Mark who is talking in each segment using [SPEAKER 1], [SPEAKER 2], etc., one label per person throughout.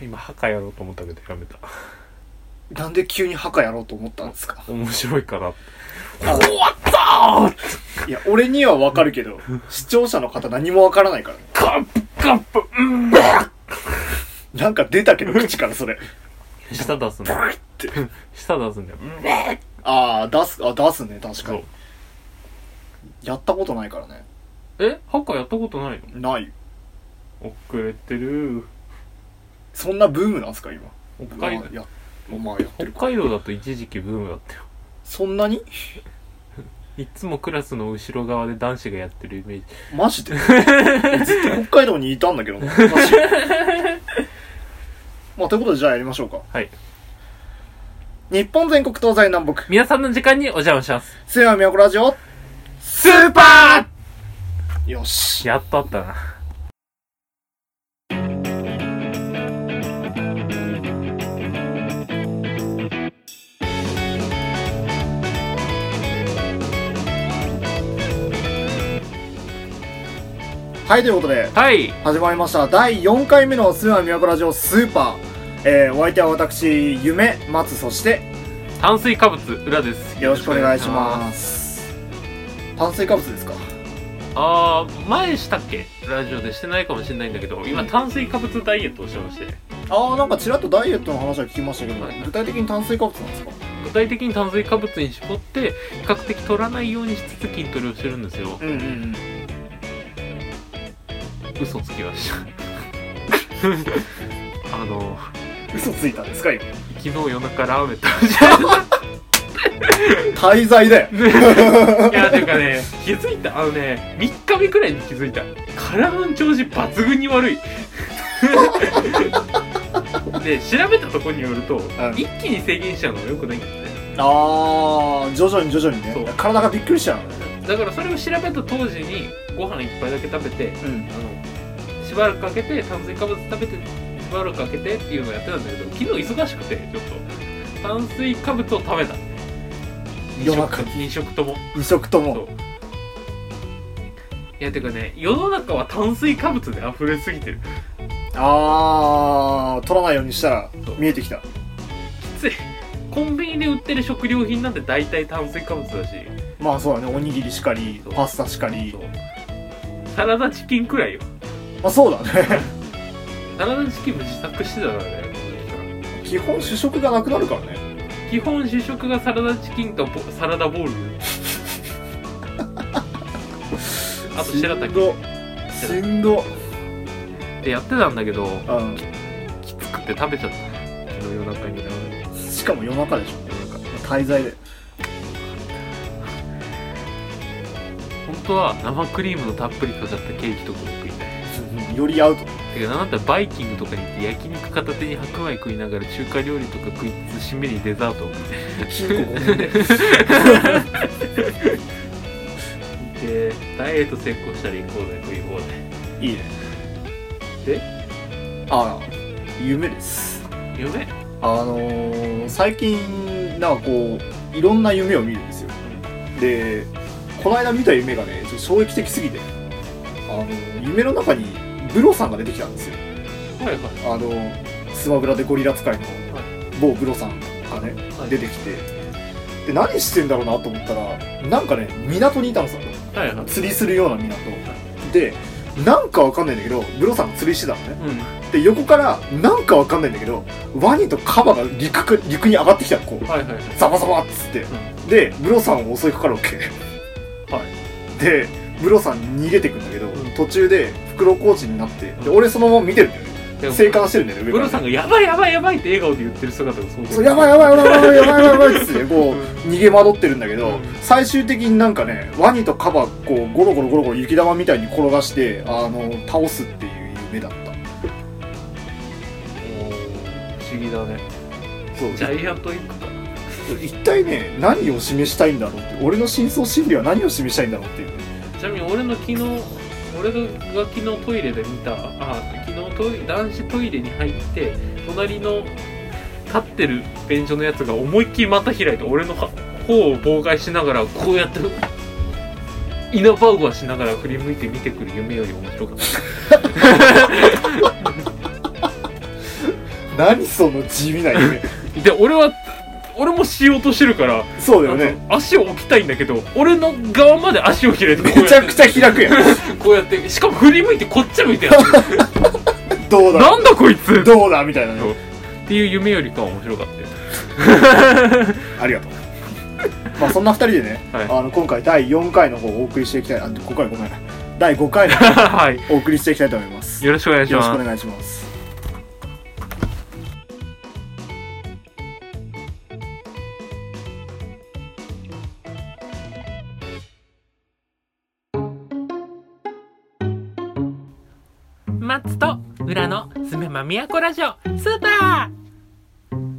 [SPEAKER 1] 今ハカやろうと思ったけどやめた
[SPEAKER 2] なんで急に墓やろうと思ったんですか
[SPEAKER 1] 面白いからって
[SPEAKER 2] あ
[SPEAKER 1] 終わったーって
[SPEAKER 2] いや、俺にはわかる けど、視聴者の方何もわからないからね。
[SPEAKER 1] カップカップうん
[SPEAKER 2] なんか出たけど、口からそれ。
[SPEAKER 1] 舌出すんだよ
[SPEAKER 2] て。
[SPEAKER 1] 舌出すんだようん
[SPEAKER 2] ああ、出す、あ、出すね、確か
[SPEAKER 1] そう
[SPEAKER 2] に。やったことないからね。
[SPEAKER 1] えハカやったことないの
[SPEAKER 2] ない。
[SPEAKER 1] 遅れてる
[SPEAKER 2] そんなブームなんすか、今。
[SPEAKER 1] 北海道
[SPEAKER 2] まあ、や、まあ、やって
[SPEAKER 1] 北
[SPEAKER 2] るか。
[SPEAKER 1] 海道だと一時期ブームだったよ
[SPEAKER 2] そんなに
[SPEAKER 1] いつもクラスの後ろ側で男子がやってるイメージ
[SPEAKER 2] マジで俺ずっと北海道にいたんだけどなマジで まあ、ということで、じゃあやりましょうか。
[SPEAKER 1] はい
[SPEAKER 2] 日本全国東西南北、
[SPEAKER 1] 皆さんの時間にお邪魔します
[SPEAKER 2] せやみやこラジオ、
[SPEAKER 1] スーパ
[SPEAKER 2] よし。
[SPEAKER 1] やっとあったな
[SPEAKER 2] はい、ということで、
[SPEAKER 1] はい
[SPEAKER 2] 始まりました第4回目の「スーパーミラクラジオスーパー」えー、お相手は私夢松そして
[SPEAKER 1] 炭水化物裏です
[SPEAKER 2] よろしくお願いし
[SPEAKER 1] す
[SPEAKER 2] ます炭水化物ですか
[SPEAKER 1] あー前したっけラジオでしてないかもしれないんだけど今炭水化物ダイエットをしてまして
[SPEAKER 2] ああなんかちらっとダイエットの話は聞きましたけど
[SPEAKER 1] はい
[SPEAKER 2] 具体的に炭水化物なんですか
[SPEAKER 1] 具体的に炭水化物に絞って比較的取らないようにしつつ筋トレをしてるんですよ
[SPEAKER 2] うんうんうん
[SPEAKER 1] 嘘つきましたあの
[SPEAKER 2] 嘘ついたんですか今
[SPEAKER 1] 昨日夜中ラーメン食べちゃっ
[SPEAKER 2] 滞在だよ
[SPEAKER 1] たいやていうかね気づいたあのね3日目くらいに気づいた体の調子抜群に悪いで調べたとこによると、一気に制限しちゃうのがよくないんだって
[SPEAKER 2] ああ徐々に徐々に
[SPEAKER 1] そう
[SPEAKER 2] ね体がびっくりしちゃうのね
[SPEAKER 1] だからそれを調べた当時にご飯一杯だけ食べて
[SPEAKER 2] うん
[SPEAKER 1] あのしばらくかけて炭水化物食べてしばらくかけてっていうのをやってたんだけど昨日忙しくてちょっと炭水化物を食べた
[SPEAKER 2] 夜中
[SPEAKER 1] 2食とも
[SPEAKER 2] 2食と
[SPEAKER 1] そ
[SPEAKER 2] も
[SPEAKER 1] ういやてかね世の中は炭水化物で溢れすぎてる
[SPEAKER 2] ああ取らないようにしたら
[SPEAKER 1] そう
[SPEAKER 2] 見えてきた
[SPEAKER 1] ついコンビニで売ってる食料品なんて大体炭水化物だし
[SPEAKER 2] まあそうだねおにぎりしかり
[SPEAKER 1] そう
[SPEAKER 2] パスタしかり
[SPEAKER 1] そうサラダチキンくらいよ
[SPEAKER 2] まあそうだね
[SPEAKER 1] サラダチキンも自作してたからねこの時から
[SPEAKER 2] 基本主食がなくなるからね
[SPEAKER 1] 基本主食がサラダチキンかボサラダ ボールあと白
[SPEAKER 2] しん
[SPEAKER 1] 滝
[SPEAKER 2] どしんど
[SPEAKER 1] でやってたんだけど
[SPEAKER 2] う
[SPEAKER 1] きつくて食べちゃった昨日夜中にラーメン
[SPEAKER 2] んしかも夜中でしょ
[SPEAKER 1] 夜中
[SPEAKER 2] 滞在で
[SPEAKER 1] 本当は生クリームのたっぷりかかったケーキとかも食いたい
[SPEAKER 2] よりア ウト
[SPEAKER 1] てかなんだったらバイキングとかに行って焼肉片手に白米食いながら中華料理とか食いつつ締めにデザートを食い
[SPEAKER 2] 金庫ごめんね
[SPEAKER 1] でダイエット成功したら行こう食い放題
[SPEAKER 2] いいねああ夢です
[SPEAKER 1] 夢
[SPEAKER 2] あのー、最近なんかこういろんな夢を見るんですよでこの間見た夢がねちょっと衝撃的すぎてあのー夢の中にブロさんが出てきたんですよ
[SPEAKER 1] はいは
[SPEAKER 2] あのースマブラでゴリラ使いの某ブロさんがね
[SPEAKER 1] いはい
[SPEAKER 2] 出てきてで何してんだろうなと思ったらなんかね港にいたんですよ
[SPEAKER 1] はいはい
[SPEAKER 2] 釣りするような港でなんかわかんないんだけどブロさんが釣りしてたのね
[SPEAKER 1] うん
[SPEAKER 2] で横からなんかわかんないんだけどワニとカバが陸く陸に上がってきたのこう
[SPEAKER 1] はいはいはい
[SPEAKER 2] ザバザバっつって
[SPEAKER 1] う
[SPEAKER 2] でブロさんを襲いかかるわけ
[SPEAKER 1] はい
[SPEAKER 2] でブロさん逃げてくんだけど
[SPEAKER 1] うん
[SPEAKER 2] 途中で袋小路になってで
[SPEAKER 1] うん
[SPEAKER 2] 俺そのまま見てるんだよね
[SPEAKER 1] でも
[SPEAKER 2] 生還してるんだよ ね
[SPEAKER 1] ブロ
[SPEAKER 2] 上か
[SPEAKER 1] さ
[SPEAKER 2] ら
[SPEAKER 1] んが「やばいやばいやばい」って笑顔で言ってる姿がそう
[SPEAKER 2] そうやばいやばいやばいやばいやばいやばいっつってこう逃げ惑ってるんだけど、
[SPEAKER 1] うん
[SPEAKER 2] 最終的になんかねワニとカバこうゴロゴロゴロゴロ雪玉みたいに転がしてあの倒すっていう夢だった
[SPEAKER 1] 不思議だね
[SPEAKER 2] そう
[SPEAKER 1] ジャイアントインクか
[SPEAKER 2] 一体ね何を示したいんだろうって俺の真相心理は何を示したいんだろうっていうね
[SPEAKER 1] ちなみに俺の昨日俺が昨日トイレで見たあ昨日トイ男子トイレに入って隣の立ってる便所のやつが思いっきり股開いて俺のは方を妨害しながらこうやってイナバウアーしながら振り向いて見てくる夢より面白かった
[SPEAKER 2] 何その地味な夢
[SPEAKER 1] で俺は俺もしようとしてるから、
[SPEAKER 2] そうだよね
[SPEAKER 1] あの足を置きたいんだけど俺の側まで足を開いてこうやって
[SPEAKER 2] めちゃくちゃ開くやん
[SPEAKER 1] こうやってしかも振り向いてこっち向いてやる
[SPEAKER 2] どうだ
[SPEAKER 1] なんだこいつ
[SPEAKER 2] どうだみたいなね
[SPEAKER 1] っていう夢よりかは面白かったよ
[SPEAKER 2] ありがとう。まあそんな二人でね、
[SPEAKER 1] はい
[SPEAKER 2] あの今回第4回の方をお送りしていきたい、あ、5回ごめん。第5回の方
[SPEAKER 1] はい
[SPEAKER 2] をお送りしていきたいと思います。よ
[SPEAKER 1] よろしくお願いし
[SPEAKER 2] ろしく
[SPEAKER 1] ま
[SPEAKER 2] お
[SPEAKER 1] す
[SPEAKER 2] 願いします。
[SPEAKER 1] 松と裏のすめまみやこラジオスーパ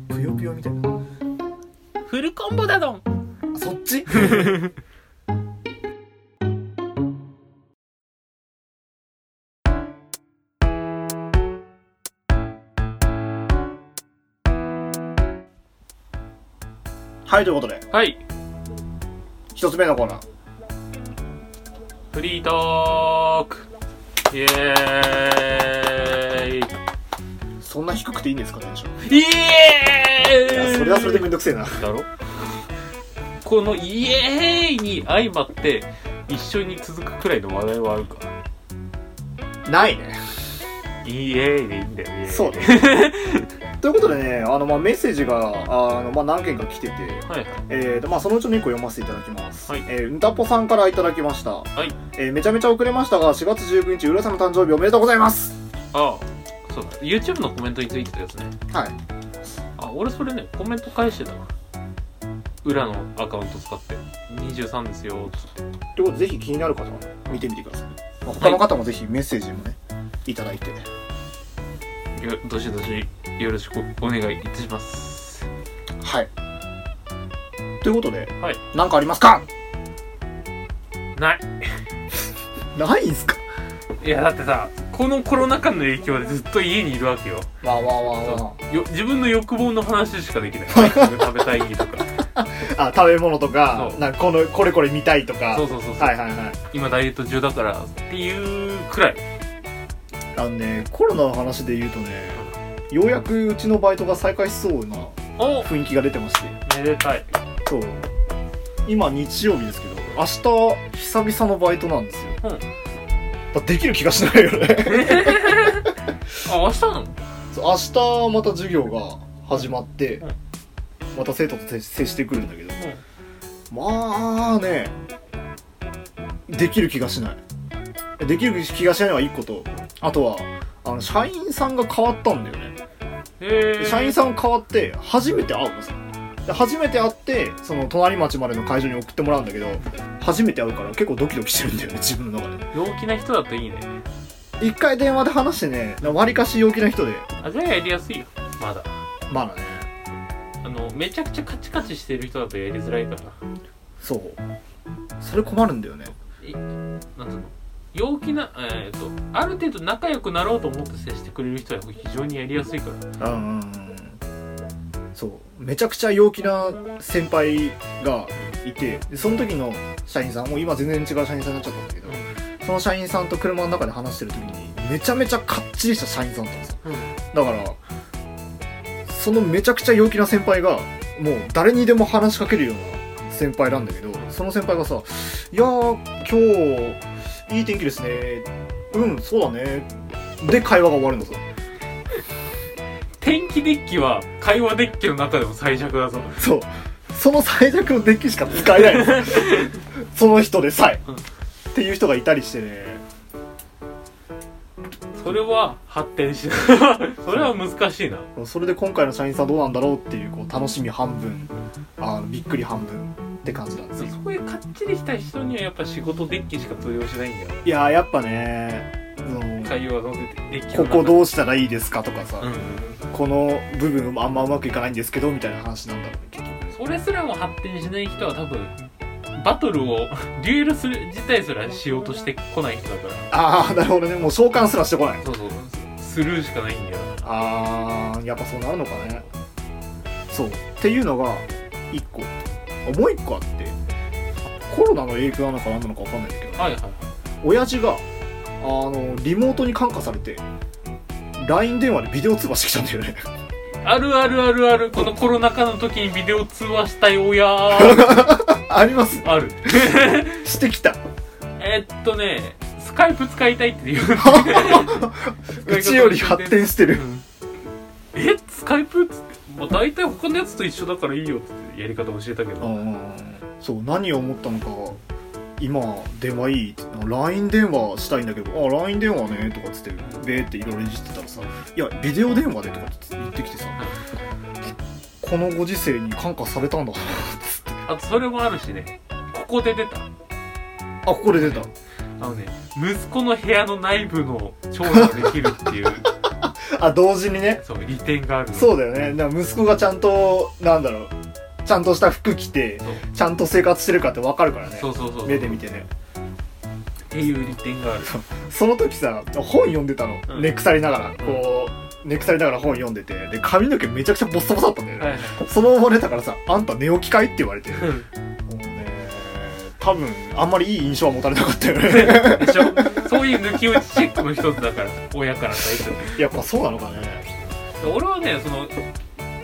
[SPEAKER 2] ぷよぷよみたいな。
[SPEAKER 1] ーフルコンボだどん
[SPEAKER 2] そっち はい、ということで、
[SPEAKER 1] はい
[SPEAKER 2] 一つ目のコーナー。
[SPEAKER 1] フリートークイエーイ
[SPEAKER 2] そんな低くていいんですかね、テンション
[SPEAKER 1] イエ
[SPEAKER 2] い
[SPEAKER 1] ーイ
[SPEAKER 2] やそれはそれでめんどくせえな。
[SPEAKER 1] だろこのイエーイに相まって一緒に続くくらいの話題はあるか
[SPEAKER 2] ないね。
[SPEAKER 1] イエーイでいいんだよね
[SPEAKER 2] そ うね。ということでね、あの、まあ、メッセージが、あの、まあ、何件か来てて、
[SPEAKER 1] はい
[SPEAKER 2] えーと、まあ、そのうちの1個読ませていただきます。
[SPEAKER 1] はい
[SPEAKER 2] えー、うたぽさんからいただきました。
[SPEAKER 1] い
[SPEAKER 2] えーめちゃめちゃ遅れましたが、4月19日、浦さんの誕生日おめでとうございます
[SPEAKER 1] ああそうだ YouTube のコメントについてたやつね
[SPEAKER 2] はい。
[SPEAKER 1] あ俺それねコメント返してたな裏のアカウント使って23ですよつって
[SPEAKER 2] ということで、ぜひ気になる方は見てみてください。まあ、他の方もぜひメッセージもね、いただいて。
[SPEAKER 1] よどしどしよろしくお願いいたします
[SPEAKER 2] はい。ということで、
[SPEAKER 1] はい
[SPEAKER 2] 何かありますか
[SPEAKER 1] ない
[SPEAKER 2] ないんすか
[SPEAKER 1] いやだってさこのコロナ禍の影響でずっと家にいるわけよ
[SPEAKER 2] わあわあわあわ
[SPEAKER 1] よ自分の欲望の話しかでき ない食べたいとか
[SPEAKER 2] あ。あ、食べ物とか
[SPEAKER 1] そ、う
[SPEAKER 2] なんかこの、これこれ見たいとか。
[SPEAKER 1] そうそうそうそう、
[SPEAKER 2] はいはいはい。
[SPEAKER 1] 今ダイエット中だからっていうくらい
[SPEAKER 2] あのねコロナの話で言うとねようやくうちのバイトが再開しそうな
[SPEAKER 1] お
[SPEAKER 2] 雰囲気が出てまして
[SPEAKER 1] めで たい
[SPEAKER 2] そう今日曜日ですけど明日久々のバイトなんですよ、
[SPEAKER 1] うん
[SPEAKER 2] だからできる気がしないよね
[SPEAKER 1] あ明日なの
[SPEAKER 2] そう明日また授業が始まって、
[SPEAKER 1] うん
[SPEAKER 2] また生徒と接接してくるんだけどまあねできる気がしないできる気がしないのは1個とあとはあの社員さんが変わったんだよね
[SPEAKER 1] へえ
[SPEAKER 2] 社員
[SPEAKER 1] ん
[SPEAKER 2] さん変わって初めて会うのさで初めて会ってその隣町までの会場に送ってもらうんだけど初めて会うから結構ドキドキしてるんだよね 自分の中で
[SPEAKER 1] 陽気な人だといいね
[SPEAKER 2] 一回電話で話してねわりかし陽気な人で
[SPEAKER 1] あじゃあやりやすいよまだ
[SPEAKER 2] まだね
[SPEAKER 1] あのめちゃくちゃカチカチしてる人だとやりづらいから
[SPEAKER 2] そうそれ困るんだよね
[SPEAKER 1] なんつうの陽気なえー、とある程度仲良くなろうと思って接してくれる人は非常にやりやすいから
[SPEAKER 2] うんうんうんそうめちゃくちゃ陽気な先輩がいてでその時の社員さんもう今全然違う社員さんになっちゃったんだけどその社員さんと車の中で話してる時にめちゃめちゃかっちりした社員さんだったんですよだからそのめちゃくちゃ陽気な先輩がもう誰にでも話しかけるような先輩なんだけどその先輩がさ「いやー今日いい天気ですねうんそうだね」で会話が終わるんだぞ
[SPEAKER 1] 天気デッキは会話デッキの中でも最弱だぞ
[SPEAKER 2] そうその最弱のデッキしか使えないの その人でさえ、
[SPEAKER 1] うん
[SPEAKER 2] っていう人がいたりしてね
[SPEAKER 1] それは発展しない それは難しいな
[SPEAKER 2] それで今回の社員さんどうなんだろうっていうこう楽しみ半分あのびっくり半分って感じなんです
[SPEAKER 1] そ
[SPEAKER 2] よ
[SPEAKER 1] そういうかっちりした人にはやっぱ仕事デッキしか通用しないんだよ
[SPEAKER 2] いやーやっぱねその
[SPEAKER 1] 会話のデッキ
[SPEAKER 2] こ
[SPEAKER 1] の中
[SPEAKER 2] こどうしたらいいですかとかさ、
[SPEAKER 1] うん
[SPEAKER 2] この部分あんまうまくいかないんですけどみたいな話なんだろうね結局
[SPEAKER 1] それすらも発展しない人は多分バトルをデュエルする自体すらしようとしてこない人だから
[SPEAKER 2] ああなるほどねもう召喚すらしてこない
[SPEAKER 1] そうそうスルーしかないんだよ
[SPEAKER 2] あーやっぱそうなるのかねそうっていうのが1個あもう1個あってコロナの影響なのか何なのか分かんないんだけど
[SPEAKER 1] はいはいはい
[SPEAKER 2] 親父があのリモートに感化されて LINE 電話でビデオ通話してきたんだよね
[SPEAKER 1] あるあるあるあるこのコロナ禍の時にビデオ通話したい 親
[SPEAKER 2] あります
[SPEAKER 1] ある
[SPEAKER 2] してき た
[SPEAKER 1] えっとねスカイプ使いたいっていう
[SPEAKER 2] うちより発展してる
[SPEAKER 1] うんえスカイプっつって、まあ、大体他のやつと一緒だからいいよっつってやり方教えたけど
[SPEAKER 2] そう何を思ったのか今電話いいって LINE 電話したいんだけど「あ LINE 電話ね」とかっつってべーっていろいろいじってたらさ「いやビデオ電話で」とかっつって言ってきてさこのご時世に感化されたんだなっつって
[SPEAKER 1] あとそれもあるしねここで出た
[SPEAKER 2] あここで出た
[SPEAKER 1] あのね息子の部屋の内部の調査ができるって いう
[SPEAKER 2] あ同時にね
[SPEAKER 1] そう利点がある
[SPEAKER 2] そうだよねだから息子がちゃんとなんだろうちゃんとした服着て
[SPEAKER 1] そう
[SPEAKER 2] ちゃんと生活してるかって分かるからね
[SPEAKER 1] そうそうそう
[SPEAKER 2] 目で見てね
[SPEAKER 1] っていう利点がある
[SPEAKER 2] その時さ本読んでたの、
[SPEAKER 1] うん
[SPEAKER 2] 寝腐りながらこう寝腐りながら本読んでてで髪の毛めちゃくちゃボッサボサだったんだよね、
[SPEAKER 1] はいはい
[SPEAKER 2] そのまま出たからさ「あんた寝起きかい?」って言われても
[SPEAKER 1] う
[SPEAKER 2] うね多分あんまりいい印象は持たれなかったよね
[SPEAKER 1] んでしょそういう抜き打ちチェックの一つだから親からされて
[SPEAKER 2] やっぱそうなのかね
[SPEAKER 1] も俺はねその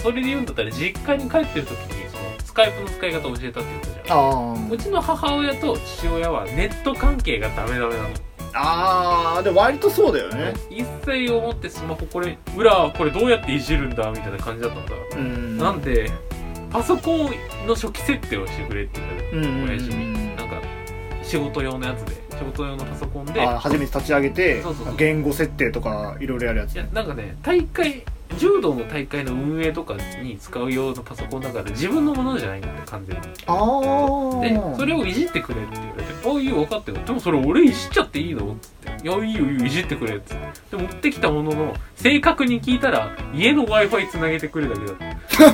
[SPEAKER 1] それで言うんだったら実家に帰ってる時にそのスカイプの使い方を教えたって言ったじゃん
[SPEAKER 2] あ
[SPEAKER 1] うちの母親と父親はネット関係がダメダメなの
[SPEAKER 2] あーでも割とそうだよね
[SPEAKER 1] 一切思ってスマホこれ裏はこれどうやっていじるんだみたいな感じだったんだ、
[SPEAKER 2] うん
[SPEAKER 1] なんでパソコンの初期設定をしてくれって言った
[SPEAKER 2] うんうん
[SPEAKER 1] の親父になんか仕事用のやつで仕事用のパソコンで
[SPEAKER 2] あ初めて立ち上げて
[SPEAKER 1] そうそうそう
[SPEAKER 2] 言語設定とかいろいろやるやつ
[SPEAKER 1] いやなんかね大会柔道の大会の運営とかに使う用のパソコンだから自分のものじゃないんだって完全に
[SPEAKER 2] ああ
[SPEAKER 1] でそれをいじってくれって言われて「ああいいよ分かったよでもそれ俺いじっちゃっていいの?」っつって「いやいいよいいよいじってくれ」っつってで持ってきたものの正確に聞いたら家の w i f i つなげてくれだけだっ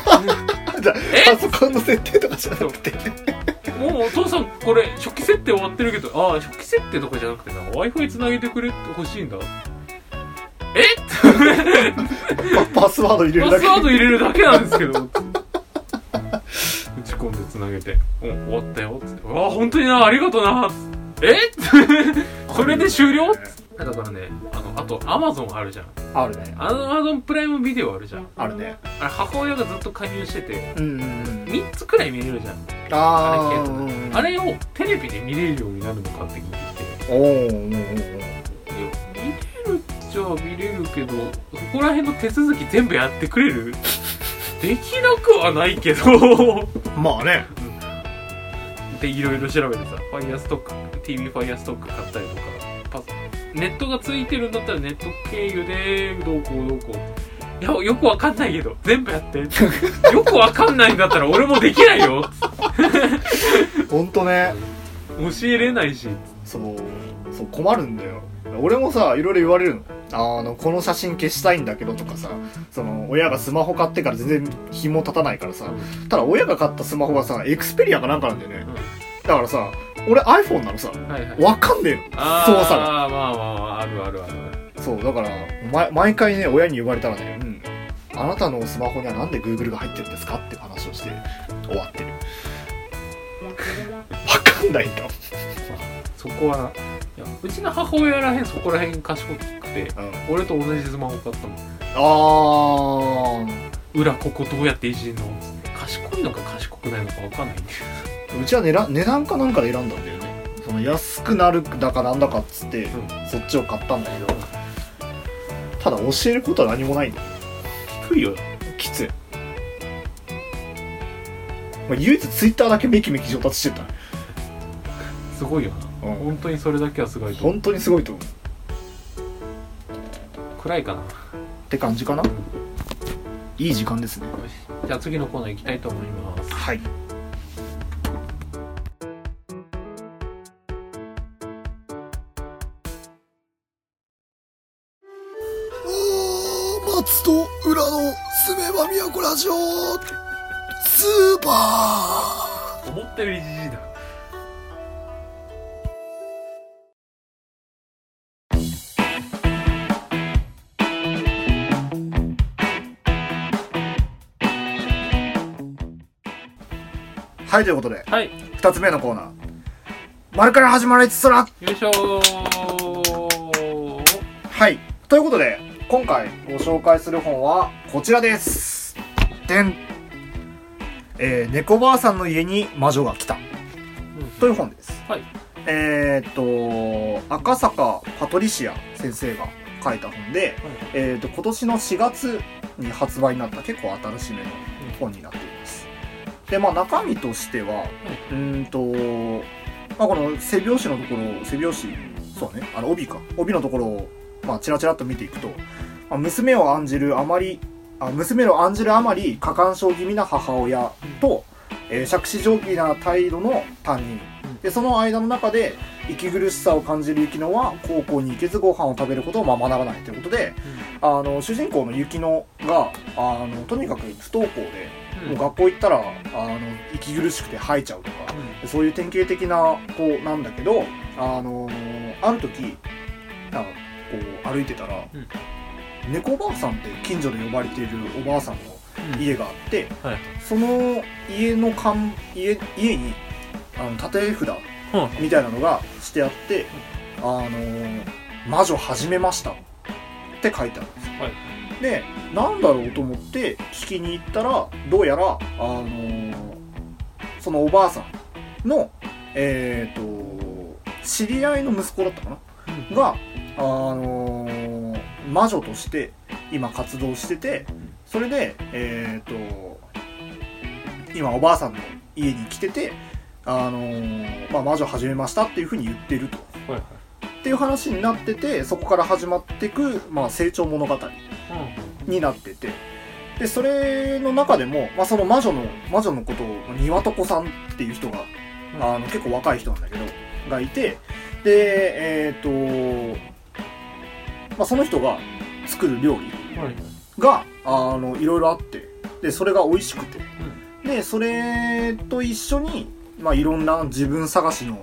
[SPEAKER 1] た
[SPEAKER 2] パソコンの設定とかじゃなくて
[SPEAKER 1] もうお父さんこれ初期設定終わってるけどああ初期設定とかじゃなくてな w i f i つなげてくれって欲しいんだえ
[SPEAKER 2] パパスワード入れる
[SPEAKER 1] パ
[SPEAKER 2] だ
[SPEAKER 1] ス
[SPEAKER 2] け
[SPEAKER 1] ワード入れるだけなんですけど打ち込んでつなげて「うん終わったよ」っつって「わあ本当になありがとうな」っつってえ っそれで終了だからねあのあとアマゾンあるじゃん
[SPEAKER 2] あるね
[SPEAKER 1] アマゾンプライムビデオあるじゃん
[SPEAKER 2] あるね
[SPEAKER 1] あれ母親がずっと加入してて
[SPEAKER 2] うんうん
[SPEAKER 1] 3つくらい見れるじゃん
[SPEAKER 2] あ
[SPEAKER 1] あれ消
[SPEAKER 2] ーうんうん
[SPEAKER 1] あれをテレビで見れるようになるのかって聞いてきて
[SPEAKER 2] おーおーおーおー
[SPEAKER 1] いや見れるっちゃ見れるけどそこら辺の手続き全部やってくれる できなくはないけど
[SPEAKER 2] まあね
[SPEAKER 1] でいろいろ調べてさ FireStock TV ファイアストック買ったりとかパソネットがついてるんだったらネット経由でどうこうどうこういやよくわかんないけど全部やってよくわかんないんだったら俺もできないよつっ
[SPEAKER 2] ほんとね
[SPEAKER 1] て教えれないし
[SPEAKER 2] そうそう困るんだよ俺もさいろいろ言われるのあーあのこの写真消したいんだけどとかさその親がスマホ買ってから全然日も立たないからさただ親が買ったスマホがさエクスペリアかなんかなんだよね
[SPEAKER 1] う
[SPEAKER 2] だからさ俺 iPhone なのさ
[SPEAKER 1] んはいはい
[SPEAKER 2] わかんねえの
[SPEAKER 1] あ
[SPEAKER 2] 操作が
[SPEAKER 1] あまあまあまああるあるある
[SPEAKER 2] そうだから毎毎回ね親に言われたらね、うん、あなたのスマホにはなんで Google が入ってるんですかって話をして終わってるわかんないんだ
[SPEAKER 1] そこはいやうちの母親らへんそこらへん賢くて
[SPEAKER 2] うん
[SPEAKER 1] 俺と同じスマホ買ったもん
[SPEAKER 2] あー
[SPEAKER 1] 裏ここどうやっていじるの賢いのか賢くないのかわかんないんだよ
[SPEAKER 2] うちは値段値段かなんかで選んだんだよねその安くなるだかなんだかっつって、
[SPEAKER 1] うん
[SPEAKER 2] そっちを買ったんだけどただ教えることは何もないんだよ
[SPEAKER 1] 低いよ
[SPEAKER 2] きつい、まあ、唯一ツイッターだけメキメキ上達してた
[SPEAKER 1] すごいよな、
[SPEAKER 2] うん
[SPEAKER 1] 本当にそれだけはすごいと思
[SPEAKER 2] 本当にすごいと思う
[SPEAKER 1] う暗いかな
[SPEAKER 2] って感じかないい時間ですね
[SPEAKER 1] じゃあ次のコーナー行きたいと思います
[SPEAKER 2] はい松と裏のすめばみやこラジオスーパ
[SPEAKER 1] 思ったよりじじいだ
[SPEAKER 2] ーはいということで
[SPEAKER 1] はい
[SPEAKER 2] 2つ目のコーナー「丸から始まるエチソラ
[SPEAKER 1] よいしょー」
[SPEAKER 2] はいということで今回ご紹介する本はこちらですでん、えー猫ばあさんの家に魔女が来たという本です、
[SPEAKER 1] はい
[SPEAKER 2] えーっと赤坂パトリシア先生が書いた本で、えーっと今年の4月に発売になった結構新しめの本になっていますでまあ中身としては、うーんと、まあ、この背表紙のところ背表紙そうねあの帯か帯のところをまあチラチラっと見ていくと、まあ、娘を案じるあまりあ娘を案じるあまり過干渉気味な母親と、えー、杓子定規な態度の担任
[SPEAKER 1] うん
[SPEAKER 2] でその間の中で息苦しさを感じる雪乃は高校に行けずご飯を食べることをままならないということであの主人公の雪乃があのとにかく不登校で
[SPEAKER 1] うん
[SPEAKER 2] もう学校行ったらあの息苦しくて吐いちゃうとかそういう典型的な子なんだけど、あのーある時なんかこう歩いてたら、
[SPEAKER 1] うん
[SPEAKER 2] 猫おばあさんって近所で呼ばれているおばあさんの
[SPEAKER 1] うん
[SPEAKER 2] 家があって、
[SPEAKER 1] はい
[SPEAKER 2] その家の看家家にあの立て札
[SPEAKER 1] は
[SPEAKER 2] みたいなのがしてあって「あのー魔女始めました」って書いてあるんですよ
[SPEAKER 1] はい
[SPEAKER 2] でなんだろうと思って聞きに行ったらどうやら、あのーそのおばあさんのえっ、と知り合いの息子だったかな
[SPEAKER 1] うん
[SPEAKER 2] が、あのー魔女として今活動しててそれでえっ、と今おばあさんの家に来てて、あのーまあ、魔女始めましたっていうふうに言ってると。
[SPEAKER 1] はい
[SPEAKER 2] っていう話になっててそこから始まってく、まあ、成長物語
[SPEAKER 1] はい
[SPEAKER 2] になっててでそれの中でも、まあ、その魔女の魔女のことを庭床さんっていう人が、
[SPEAKER 1] うん
[SPEAKER 2] あの結構若い人なんだけどがいてでえっ、と、まあ、その人が作る料理
[SPEAKER 1] はいはい
[SPEAKER 2] があのいろいろあってでそれが美味しくて、でそれと一緒に、まあ、いろんな自分探しの、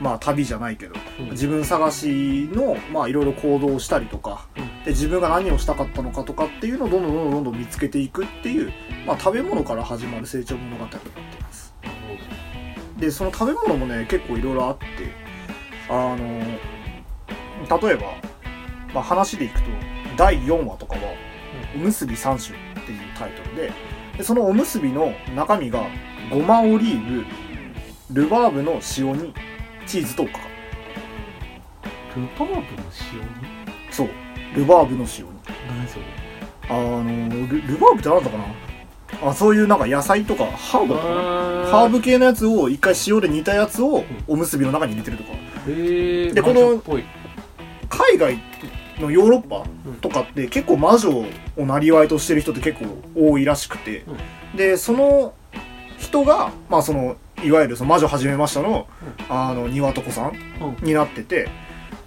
[SPEAKER 2] まあ、旅じゃないけど
[SPEAKER 1] うん
[SPEAKER 2] 自分探しのまあいろいろ行動をしたりとか、
[SPEAKER 1] うん
[SPEAKER 2] で自分が何をしたかったのかとかっていうのをどんどんどんどんどん見つけていくっていう、まあ、食べ物から始まる成長物語になってますでその食べ物もね結構いろいろあってあの例えば、まあ、話でいくと第4話とかは「おむすび3種」っていうタイトルででそのおむすびの中身がごまオリーブルバーブの塩にチーズとおかか
[SPEAKER 1] ルバーブの塩に
[SPEAKER 2] そうルバーブの塩に
[SPEAKER 1] 何それ
[SPEAKER 2] あのルルバーブって何だったかなあそういうなんか野菜とかハーブだったかなハ
[SPEAKER 1] ハ
[SPEAKER 2] ーブ系のやつを一回塩で煮たやつをおむすびの中に入れてるとか
[SPEAKER 1] へえ
[SPEAKER 2] でこの
[SPEAKER 1] っぽい
[SPEAKER 2] 海外のヨーロッパ
[SPEAKER 1] うん
[SPEAKER 2] とかって結構魔女をなりわいとしてる人って結構多いらしくて、でその人がまあそのいわゆるその魔女始めましたの、あの庭床さん
[SPEAKER 1] う
[SPEAKER 2] になってて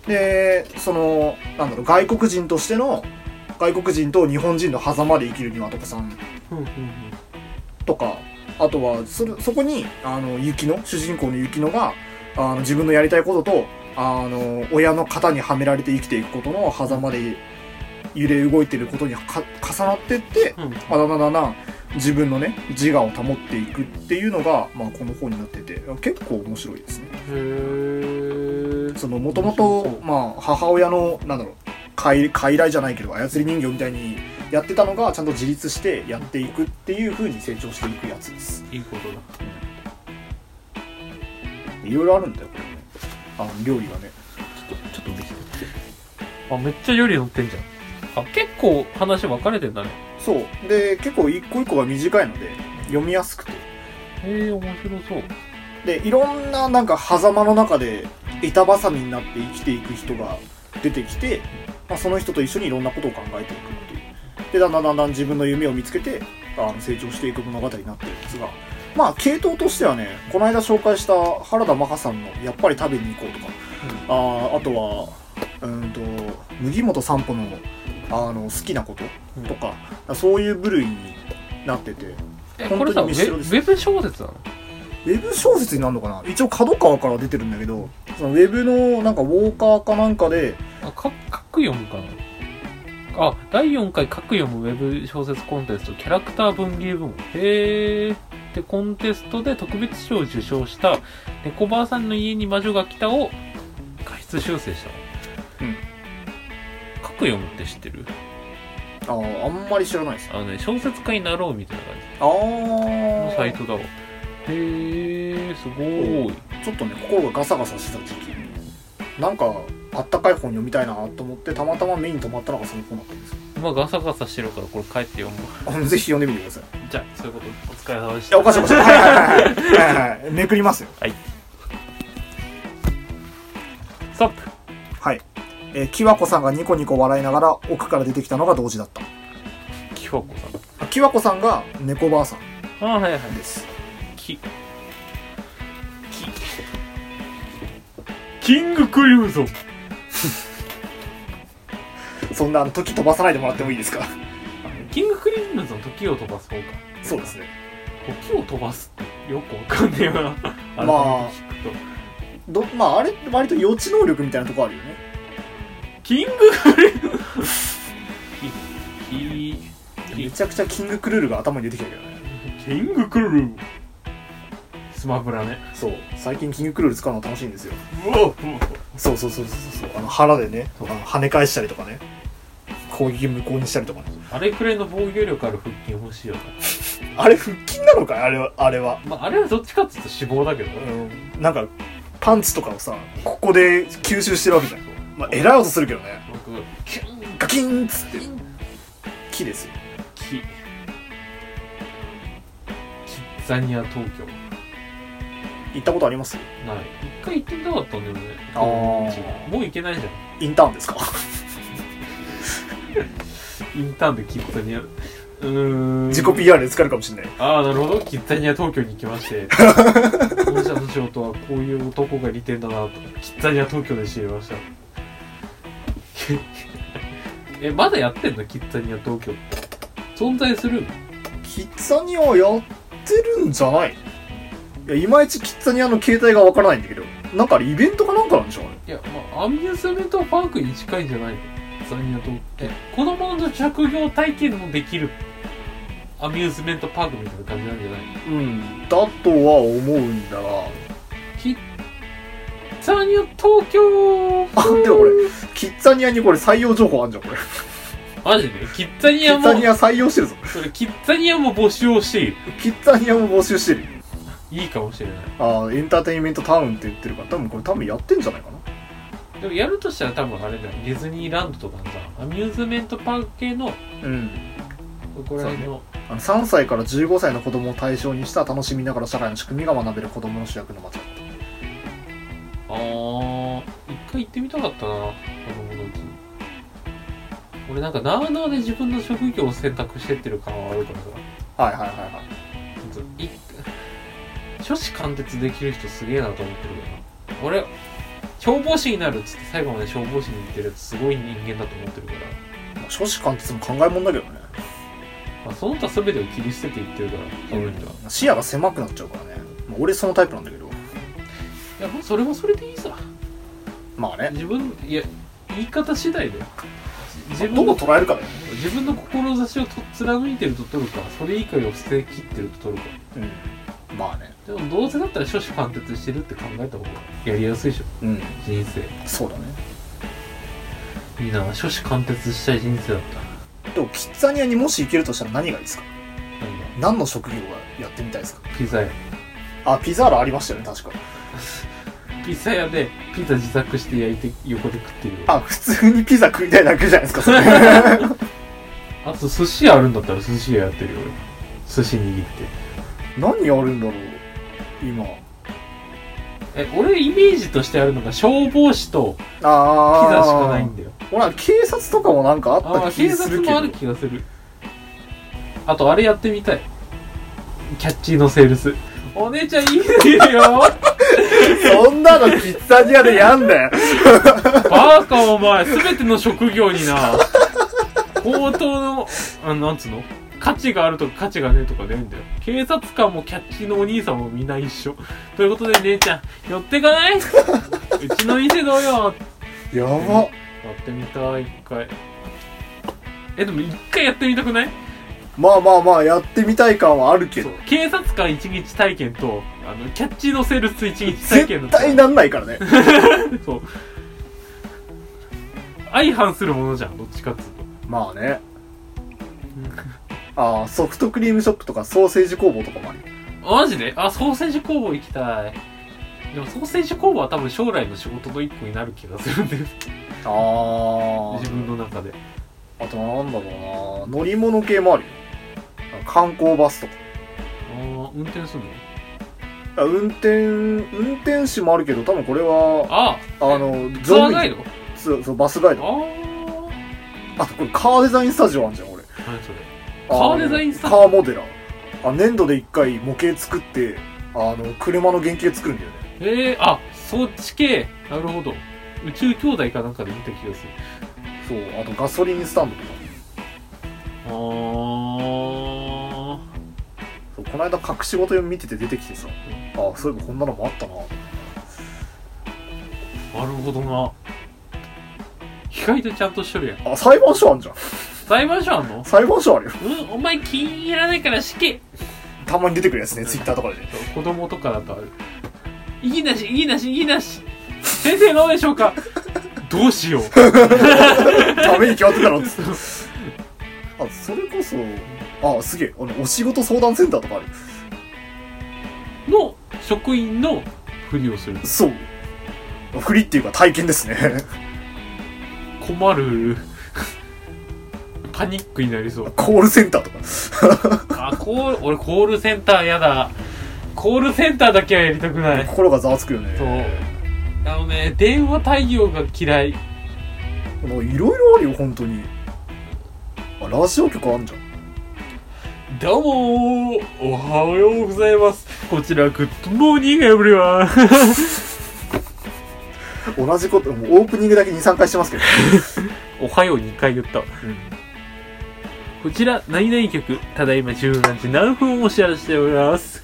[SPEAKER 2] でそのなんだろう外国人としての外国人と日本人の狭間で生きる庭床さん
[SPEAKER 1] うんうんうん
[SPEAKER 2] とかあとはそれそこにあの雪乃主人公の雪乃があの自分のやりたいこととあの親の型にはめられて生きていくことの狭間で揺れ動いてることにか重なってって、
[SPEAKER 1] うん
[SPEAKER 2] まあ、だんだんだんだん自分のね自我を保っていくっていうのが、まあ、この本になってて結構面白いですね。
[SPEAKER 1] へえ
[SPEAKER 2] そのもともと
[SPEAKER 1] そう
[SPEAKER 2] まあ母親のなんだろう傀傀儡じゃないけど操り人形みたいにやってたのがちゃんと自立してやっていくっていう風に成長していくやつです
[SPEAKER 1] いいことだ
[SPEAKER 2] いろいろあるんだよこれねあの料理がね
[SPEAKER 1] ちょっとちょっとできてあめっちゃ料理乗ってんじゃんあ結構話分かれてんだね
[SPEAKER 2] そうで結構一個一個が短いので読みやすくて
[SPEAKER 1] へえ面白そう
[SPEAKER 2] でいろんななんか狭間の中で板挟みになって生きていく人が出てきて、まあ、その人と一緒にいろんなことを考えていくっていうでだんだんだんだん自分の夢を見つけてあの成長していく物語になってるんですがまあ系統としてはねこの間紹介した原田真帆さんの「やっぱり食べに行こう」とか、あーあとはうーんと麦本散歩のあの好きなこととか、そういう部類になってて
[SPEAKER 1] え
[SPEAKER 2] 本当
[SPEAKER 1] これ
[SPEAKER 2] に
[SPEAKER 1] さウェ
[SPEAKER 2] ミステリー
[SPEAKER 1] ウ
[SPEAKER 2] です
[SPEAKER 1] ェブ小説なの
[SPEAKER 2] ウェブ小説になるのかな一応角川から出てるんだけどそのウェブのなんかウォーカーかなんかで
[SPEAKER 1] あか各読むかなあ第4回各読むウェブ小説コンテストキャラクター文芸部門へえでコンテストで特別賞を受賞した「猫ばあさんの家に魔女が来た」を加筆修正したの
[SPEAKER 2] うん
[SPEAKER 1] 各読むって知ってる
[SPEAKER 2] あああんまり知らないです
[SPEAKER 1] あのね小説家になろうみたいな感じ
[SPEAKER 2] あ
[SPEAKER 1] のサイト
[SPEAKER 2] あ
[SPEAKER 1] だわへえすごい、
[SPEAKER 2] ちょっとね心がガサガサしてた時期なんかあったかい本読みたいなと思ってたまたま目に留まったのがその本だったんですよ
[SPEAKER 1] まあガサガサしてるからこれ帰って読むわ
[SPEAKER 2] あのぜひ読んでみてくださいい
[SPEAKER 1] じゃあそういうことお疲れ様でし
[SPEAKER 2] や
[SPEAKER 1] た
[SPEAKER 2] おかしいおかしいはいはいはいはいはいはい めくりますよ
[SPEAKER 1] ストップ
[SPEAKER 2] はいえー、きわこさんがニコニコ笑いながら奥から出てきたのが同時だった
[SPEAKER 1] キワコさ
[SPEAKER 2] あきわこさんが猫ばあさん
[SPEAKER 1] んああはいはい
[SPEAKER 2] です
[SPEAKER 1] キキキングクリムゾン
[SPEAKER 2] そんなあの時飛ばさないでもらってもいいですか
[SPEAKER 1] キングクリムゾン時を飛ばす方か
[SPEAKER 2] そうですね
[SPEAKER 1] 時を飛ばすってよくわかんねえな
[SPEAKER 2] まあ
[SPEAKER 1] 改めて聞くと
[SPEAKER 2] どまああれ割と予知能力みたいなとこあるよね
[SPEAKER 1] キングクリム キキ
[SPEAKER 2] め
[SPEAKER 1] キ
[SPEAKER 2] ちゃくちゃキングクルールが頭に出てきたけどね
[SPEAKER 1] キングクルースマブラね
[SPEAKER 2] そう最近キングクルール使うの楽しいんですよ
[SPEAKER 1] うわ
[SPEAKER 2] そうそうそうそうそうあの腹でねあの跳ね返したりとかね攻撃無効にしたりとかね
[SPEAKER 1] あれくらいの防御力ある腹筋欲しいよな
[SPEAKER 2] あれ腹筋なのかいあれはあれは、
[SPEAKER 1] まあ、あれはどっちかっていうと脂肪だけどね
[SPEAKER 2] うん、なんかパンチとかをさここで吸収してるわけじゃんまあえらい音するけどね
[SPEAKER 1] 僕キュン
[SPEAKER 2] ガキンっつって木ですよ
[SPEAKER 1] キキッザニア東京
[SPEAKER 2] 行ったことあります
[SPEAKER 1] ない一回行ってみたかったんだよね
[SPEAKER 2] あー
[SPEAKER 1] もう行けないじゃ
[SPEAKER 2] インターンですか
[SPEAKER 1] んインターンでキッザニアうーん
[SPEAKER 2] 自己 PR で使えるかもしれない
[SPEAKER 1] ああなるほどキッザニア東京に行きまして 本社の仕事はこういう男が利点だなとキッザニア東京で知りました えまだやってんのキッザニア東京って存在するの
[SPEAKER 2] キッザニアはやってるんじゃないいやいまいちキッザニアの携帯がわからないんだけどなんかあれイベントかなんかなんでしょうね
[SPEAKER 1] いや、まあ、アミューズメントパークに近いんじゃないのザニアと。え、子供の着業体験もできるアミューズメントパークみたいな感じなんじゃないの
[SPEAKER 2] うんだとは思うんだが
[SPEAKER 1] キッザニア東京
[SPEAKER 2] あでもこれキッザニアにこれ採用情報あんじゃんこれ
[SPEAKER 1] マジでキッザニ
[SPEAKER 2] キ
[SPEAKER 1] ア
[SPEAKER 2] ッ
[SPEAKER 1] も
[SPEAKER 2] ザ、ニア採用してるぞ
[SPEAKER 1] それキッザニアも募集をしている。
[SPEAKER 2] キッザニアも募集してる
[SPEAKER 1] いいかもしれない。
[SPEAKER 2] ああエンターテインメントタウンって言ってるから多分これ多分やってんじゃないかな
[SPEAKER 1] でもやるとしたら多分あれだよ。ディズニーランドとかさ、アミューズメントパーク系の、
[SPEAKER 2] うん
[SPEAKER 1] ここら辺の、
[SPEAKER 2] あの3歳から15歳の子供を対象にした楽しみながら社会の仕組みが学べる子供の主役の街だって
[SPEAKER 1] あー、一回行ってみたかったな、子供のうちに。俺なんか、なあなあで自分の職業を選択してってる感はあるからさ。
[SPEAKER 2] はいはいはいはい
[SPEAKER 1] ほんとい初子貫徹できる人すげえなと思ってるけどな。俺、消防士になるっつって最後まで消防士に行ってるやつすごい人間だと思ってるから。
[SPEAKER 2] まあ諸子貫徹も考えもんだけどね
[SPEAKER 1] まあ、その他全てを切り捨てていってるから、その人は。
[SPEAKER 2] 視野が狭くなっちゃうからね、まあ、俺そのタイプなんだけど
[SPEAKER 1] いや、もうそれもそれでいいさ。
[SPEAKER 2] まあね
[SPEAKER 1] 自分、いや、言い方次第だよ。自
[SPEAKER 2] ど
[SPEAKER 1] 分
[SPEAKER 2] こ
[SPEAKER 1] の
[SPEAKER 2] 捉えるかだよね
[SPEAKER 1] 自分の志をと貫いてると取るかそれ以外を捨て切ってると取るか
[SPEAKER 2] うんまあね
[SPEAKER 1] でもどうせだったら諸子貫徹してるって考えた方がやりやすいでしょ
[SPEAKER 2] うん
[SPEAKER 1] 人生
[SPEAKER 2] そうだね
[SPEAKER 1] いいな諸子貫徹したい人生だった
[SPEAKER 2] でもキッザニアにもし行けるとしたら何がいいですか
[SPEAKER 1] 何が
[SPEAKER 2] 何の職業がやってみたいですか
[SPEAKER 1] ピザ屋
[SPEAKER 2] あピザーラありましたよね確か
[SPEAKER 1] ピザ屋でピザ自作して焼いて横で食ってるよあ
[SPEAKER 2] あ普通にピザ食いたいだけじゃないですか それ
[SPEAKER 1] と寿司屋あるんだったら寿司屋やってるよ俺寿司握って
[SPEAKER 2] 何やるんだろう今
[SPEAKER 1] え俺イメージとしてあるのが消防士とピ
[SPEAKER 2] あ
[SPEAKER 1] ザ
[SPEAKER 2] あ
[SPEAKER 1] しかないんだよ
[SPEAKER 2] ほら警察とかもなんかあっ
[SPEAKER 1] あ
[SPEAKER 2] た
[SPEAKER 1] あ
[SPEAKER 2] 気
[SPEAKER 1] 警
[SPEAKER 2] す
[SPEAKER 1] 察
[SPEAKER 2] る
[SPEAKER 1] も
[SPEAKER 2] けど
[SPEAKER 1] ある気がするあとあれやってみたいキャッチーのセールスお姉ちゃんいいですよ
[SPEAKER 2] そんなのキッザニアでやんだよ
[SPEAKER 1] バーカお前全ての職業にな高等のあなんつうの価値があるとか価値がねえとか出るんだよ警察官もキャッチーのお兄さんもみんな一緒ということで姉ちゃん寄ってかないう ちの店どうよ
[SPEAKER 2] やば
[SPEAKER 1] やってみたい一回えでも一回やってみたくない
[SPEAKER 2] まあまあまあやってみたい感はあるけ
[SPEAKER 1] そ
[SPEAKER 2] ど
[SPEAKER 1] う警察官一日体験とあのキャッチーのセールス一日体験
[SPEAKER 2] 絶
[SPEAKER 1] だと
[SPEAKER 2] 対なんないからね
[SPEAKER 1] そう相反するものじゃんどっちかっつうと
[SPEAKER 2] まあねああソフトクリームショップとかソーセージ工房とかもあるよ
[SPEAKER 1] マジであソーセージ工房行きたいでもソーセージ工房は多分将来の仕事の一個になる気がするんで
[SPEAKER 2] あ
[SPEAKER 1] 自分の中で
[SPEAKER 2] ああとなんだろうな乗り物系もあるよ観光バスとか
[SPEAKER 1] ああ運転するの
[SPEAKER 2] あ運転運転手もあるけど多分これは
[SPEAKER 1] あ
[SPEAKER 2] あの
[SPEAKER 1] ツアーガイド
[SPEAKER 2] そうそうバスガイド
[SPEAKER 1] あ
[SPEAKER 2] あとこれカーデザインスタジオあんじゃん俺
[SPEAKER 1] あ何それ
[SPEAKER 2] あの
[SPEAKER 1] カーデザインスタジ
[SPEAKER 2] カーモデラーあ粘土で一回模型作ってあの車の原型作るんだよね
[SPEAKER 1] えー、あそっち系なるほど宇宙兄弟かなんかで見た気がする
[SPEAKER 2] そうあとガソリンスタンドとか
[SPEAKER 1] あー
[SPEAKER 2] そうこの間隠し事読み見てて出てきてさあそういえばこんなのもあったな
[SPEAKER 1] なるほどな意外とちゃんとしとるやん
[SPEAKER 2] あ裁判所あんじゃん
[SPEAKER 1] 裁判所あんの
[SPEAKER 2] 裁判所あるよ
[SPEAKER 1] うんお前気に入らないから死刑
[SPEAKER 2] たまに出てくるやつねツイッターとかでね
[SPEAKER 1] 子供とかだとあるいいなしいいなしいいなし先生どうでしょうかどうしよう
[SPEAKER 2] ダメに決まってたのっつってあそれこそあすげえあのお仕事相談センターとかある
[SPEAKER 1] の職員のふりをする
[SPEAKER 2] そう不利っていうか体験ですね
[SPEAKER 1] 困 るパニックになりそう
[SPEAKER 2] コールセンターとか
[SPEAKER 1] あコール俺コールセンターやだコールセンターだけはやりたくない
[SPEAKER 2] 心がざわつくよ
[SPEAKER 1] そう
[SPEAKER 2] ね
[SPEAKER 1] あのね電話対応が嫌い
[SPEAKER 2] なんかいろいろあるよ本当にあラジオ局あんじゃん
[SPEAKER 1] どうもーおはようございますこちらグッドモーニングエブリワン
[SPEAKER 2] 同じこともうオープニングだけ23回してますけど、
[SPEAKER 1] おはよう2回言ったこちら、何々局、ただいま17時何分をお知らせしております。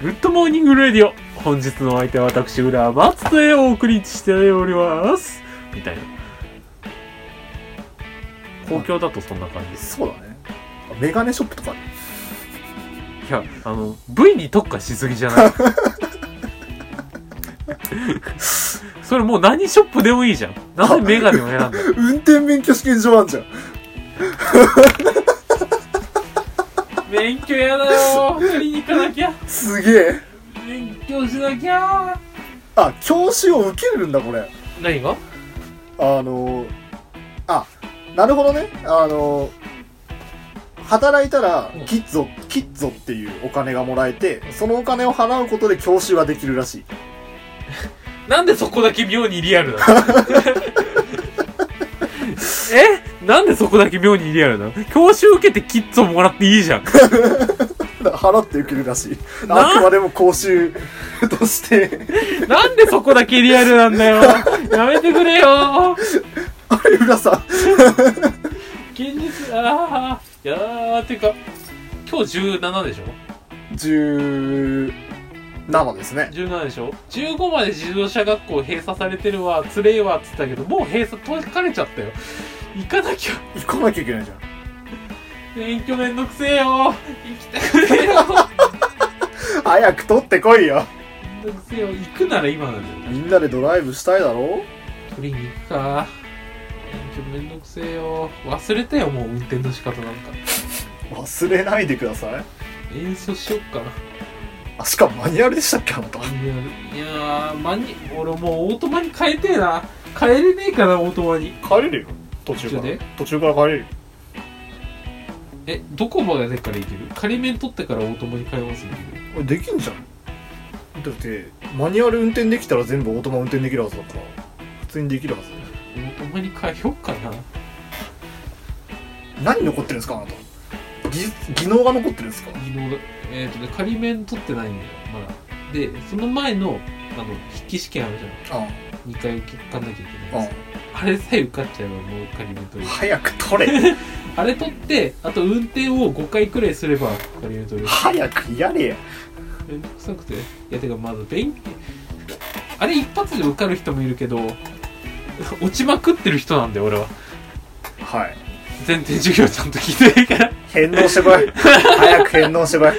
[SPEAKER 1] グッドモーニングレディオ。本日のお相手は私、浦和松でお送りしております。みたいな。公共だとそんな感じです。
[SPEAKER 2] そうだねメガネショップとかある
[SPEAKER 1] いや、あの、V に特化しすぎじゃ ないそれもう何ショップでもいいじゃん。なんでメガネを選んだの
[SPEAKER 2] 運転免許試験場あんじゃん
[SPEAKER 1] 免許やだよ取りに行かなきゃ。
[SPEAKER 2] すげえ
[SPEAKER 1] 勉強しなきゃ。
[SPEAKER 2] あ教習を受けれるんだこれ
[SPEAKER 1] 何が
[SPEAKER 2] あのあなるほどねあの働いたら
[SPEAKER 1] うん
[SPEAKER 2] キッゾキッゾっていうお金がもらえてそのお金を払うことで教習ができるらしい
[SPEAKER 1] なんでそこだけ妙にリアルな のえなんでそこだけ妙にリアルなの教習受けてキッズをもらっていいじゃん。
[SPEAKER 2] だから払って受けるらしい
[SPEAKER 1] な
[SPEAKER 2] あくまでも講習として
[SPEAKER 1] なんでそこだけリアルなんだよ。やめてくれよ。
[SPEAKER 2] あれ浦さん
[SPEAKER 1] 現実、ああ、いやー、てか、今日17でしょ
[SPEAKER 2] 17ですね
[SPEAKER 1] ?17 でしょ ?15 まで自動車学校閉鎖されてるわ、つれえわって言ったけど、もう閉鎖解かれちゃったよ。行かなきゃ。
[SPEAKER 2] 行かなきゃいけないじゃん
[SPEAKER 1] 勉強めんどくせえよ。行きたくねえよ。
[SPEAKER 2] 早く取ってこいよ
[SPEAKER 1] めんどくせえよ。行くなら今なんだよ。
[SPEAKER 2] みんなでドライブしたいだろ
[SPEAKER 1] 取りに行くか勉強めんどくせえよ忘れたよもう運転の仕方なんか
[SPEAKER 2] 忘れないでください
[SPEAKER 1] 演奏しよっかな
[SPEAKER 2] あしかもマニュアルでしたっけあなた
[SPEAKER 1] いやいやーマニ俺もうオートマに変えてえな変えれねえかなオートマに
[SPEAKER 2] 帰れるよ途
[SPEAKER 1] 途
[SPEAKER 2] 中
[SPEAKER 1] 中
[SPEAKER 2] から
[SPEAKER 1] で
[SPEAKER 2] 途中から帰れるよ
[SPEAKER 1] えどこまでからいける仮免取ってからオートマに変えますんで
[SPEAKER 2] これできんじゃんだってマニュアル運転できたら全部オートマ運転できるはずだから普通にできるはずだよ
[SPEAKER 1] オートマに変えよっかな
[SPEAKER 2] 何残ってるんですかあなた技技能が残ってるんですか
[SPEAKER 1] 技能がえっ、とね仮免取ってないんだよまだでその前のあの筆記試験あるじゃん
[SPEAKER 2] あ
[SPEAKER 1] 2回受け受かんなきゃいけ
[SPEAKER 2] あ
[SPEAKER 1] ないやつあれさえ受かっちゃえばもう仮免取れる
[SPEAKER 2] 早く取れ
[SPEAKER 1] あれ取って、あと運転を5回くらいすれば、借りるとる。
[SPEAKER 2] 早くやれや
[SPEAKER 1] めんどくさくて。いや、てか、まず勉強。あれ一発で受かる人もいるけど、落ちまくってる人なんだよ、俺は。
[SPEAKER 2] はい
[SPEAKER 1] 全然授業ちゃんと聞いてないから。
[SPEAKER 2] 返納してこい早く返納してこい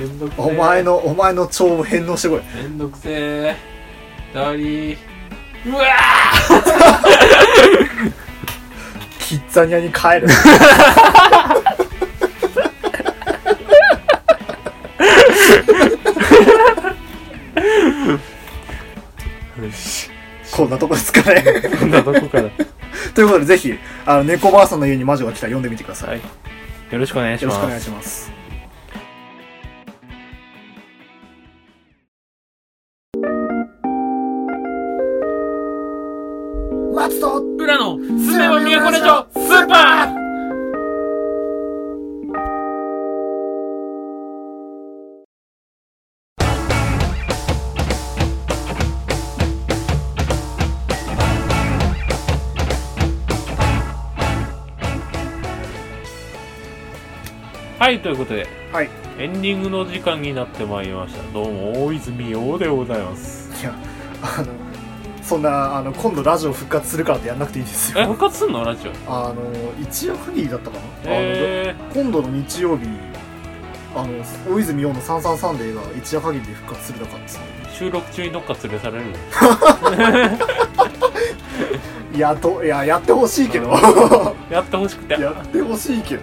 [SPEAKER 1] めんどくせえ。
[SPEAKER 2] お前。のお前の帳を返納してこい
[SPEAKER 1] めんどくせえ。ダーリー。うわ
[SPEAKER 2] キッザニアに帰るかで
[SPEAKER 1] 今度は どこからよ
[SPEAKER 2] ということでぜひあの猫ばあさんの家に魔女が来たら読んでみてください、
[SPEAKER 1] はいろしくお願いし
[SPEAKER 2] よろしくお
[SPEAKER 1] ま
[SPEAKER 2] 願い
[SPEAKER 1] す
[SPEAKER 2] します松戸
[SPEAKER 3] 裏のすめは都ラジオスーパー
[SPEAKER 1] はいということで、
[SPEAKER 2] はい
[SPEAKER 1] エンディングの時間になってまいりましたどうも大泉洋でございます
[SPEAKER 2] いやあのそんなあの今度ラジオ復活するからってやんなくていいです
[SPEAKER 1] え
[SPEAKER 2] よ
[SPEAKER 1] 復活すんのラジオ
[SPEAKER 2] あの一夜限りだったかな、
[SPEAKER 1] え
[SPEAKER 2] あの今度の日曜日あの大泉洋の「三三サンデー」が一夜限りで復活するだからですね
[SPEAKER 1] ー、収録中にどっか連れ去られる
[SPEAKER 2] いやといややってほしいけど
[SPEAKER 1] やってほしくて
[SPEAKER 2] やってほしいけど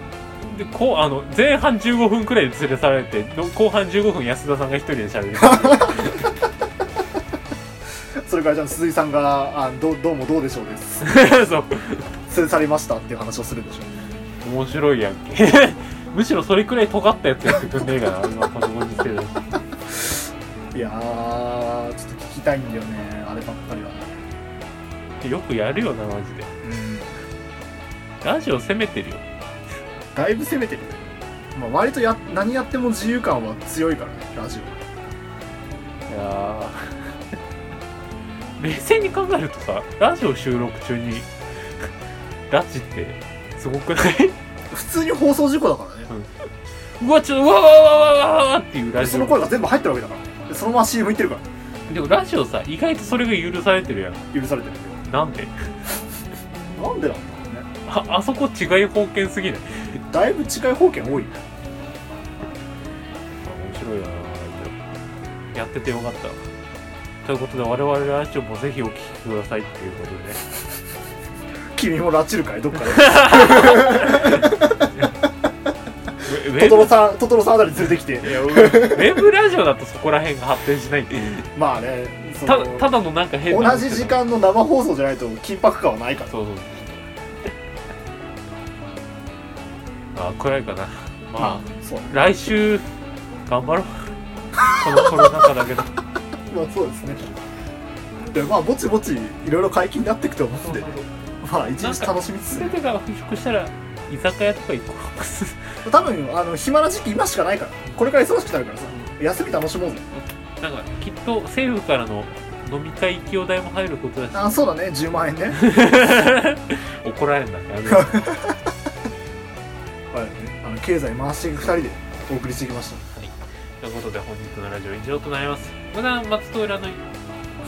[SPEAKER 1] でこうあの前半15分くらいで連れ去られての後半15分安田さんが一人で喋る
[SPEAKER 2] それからじゃあ鈴井さんがあどうどうもどうでしょうです
[SPEAKER 1] そう
[SPEAKER 2] 連れ去りましたっていう話をするんでしょ
[SPEAKER 1] 面白いやんけ むしろそれくらい尖ったやつやってくんねえかな今このご時世だし
[SPEAKER 2] ういやーちょっと聞きたいんだよねあればっかりは
[SPEAKER 1] よくやるよなマジで
[SPEAKER 2] うん
[SPEAKER 1] ラジオ攻めてるよ
[SPEAKER 2] だいぶ攻めてる、まあ、割とや何やっても自由感は強いからねラジオ
[SPEAKER 1] いやー 冷静に考えるとさラジオ収録中に拉致ってすごくない
[SPEAKER 2] 普通に放送事故だからね
[SPEAKER 1] うわちょうわわわわわわわっていうラ
[SPEAKER 2] そ
[SPEAKER 1] ジ
[SPEAKER 2] の
[SPEAKER 1] オ
[SPEAKER 2] 声が全部入ってるわけだからでそのまま CM いってるから
[SPEAKER 1] でもラジオさ意外とそれが許されてるやん
[SPEAKER 2] 許されてる
[SPEAKER 1] なんで
[SPEAKER 2] なんでなんだろうね
[SPEAKER 1] ああそこ違い封建すぎない
[SPEAKER 2] だいぶ近い方権多い
[SPEAKER 1] 面白いよなやっててよかったということで我々ラジオもぜひお聴きくださいっていうことでね
[SPEAKER 2] 君も拉致るかいど っかで
[SPEAKER 1] ウ
[SPEAKER 2] ト
[SPEAKER 1] ェ
[SPEAKER 2] ト
[SPEAKER 1] ウ
[SPEAKER 2] ロ
[SPEAKER 1] ェ
[SPEAKER 2] さんトトロさんあたり連れてきて
[SPEAKER 1] ブいやウェウェブラジオだとそこら辺が発展しないっていう
[SPEAKER 2] まあねそ
[SPEAKER 1] た
[SPEAKER 2] の
[SPEAKER 1] ただのなんか変な
[SPEAKER 2] 同じ時間の生放送じゃないと緊迫感はないから
[SPEAKER 1] そうそうあ暗いかなまあ
[SPEAKER 2] そう
[SPEAKER 1] 来週頑張ろうこのコロナ禍だけ ど
[SPEAKER 2] まあそうですねでまあぼちぼちいろいろ解禁になっていくと思うん でまあ一日楽しみつつ
[SPEAKER 1] 全てが復職したら居酒屋とか行こう
[SPEAKER 2] 多分あの暇な時期今しかないからこれから忙しくなるからさ休み楽しもうぜ
[SPEAKER 1] なんかきっと政府からの飲み会費用代も入ることだし
[SPEAKER 2] あそうだね10万円 ね
[SPEAKER 1] 怒られるんだね あの
[SPEAKER 2] はいあの経済回していく2人でお送りしてきまし
[SPEAKER 1] ということで本日のラジオ以上となります無断松戸浦の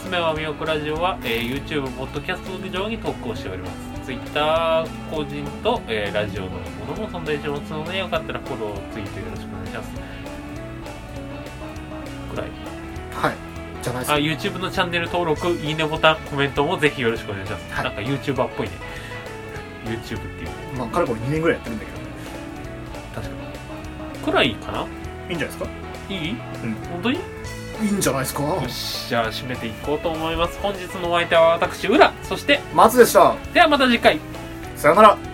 [SPEAKER 1] 爪はみおこラジオは、えー YouTube、ポッドキャスト上に投稿しております Twitter 個人と、えーラジオのものも存在してますのでよかったらフォローツイートよろしくお願いしますくらい
[SPEAKER 2] たはいじゃないです
[SPEAKER 1] あ
[SPEAKER 2] か
[SPEAKER 1] YouTube のチャンネル登録いいねボタンコメントもぜひよろしくお願いします、
[SPEAKER 2] はい
[SPEAKER 1] なんか YouTuber っぽいね YouTube っていうね
[SPEAKER 2] まあかれこれ2年ぐらいやってるんだけどね
[SPEAKER 1] 確かにくらいかない
[SPEAKER 2] いんじゃないです
[SPEAKER 1] いい、
[SPEAKER 2] ん
[SPEAKER 1] 本当によ
[SPEAKER 2] かいいんじゃないですか
[SPEAKER 1] しじゃあ締めていこうと思います本日のお相手は私ウラそして
[SPEAKER 2] 松でした
[SPEAKER 1] ではまた次回
[SPEAKER 2] さよなら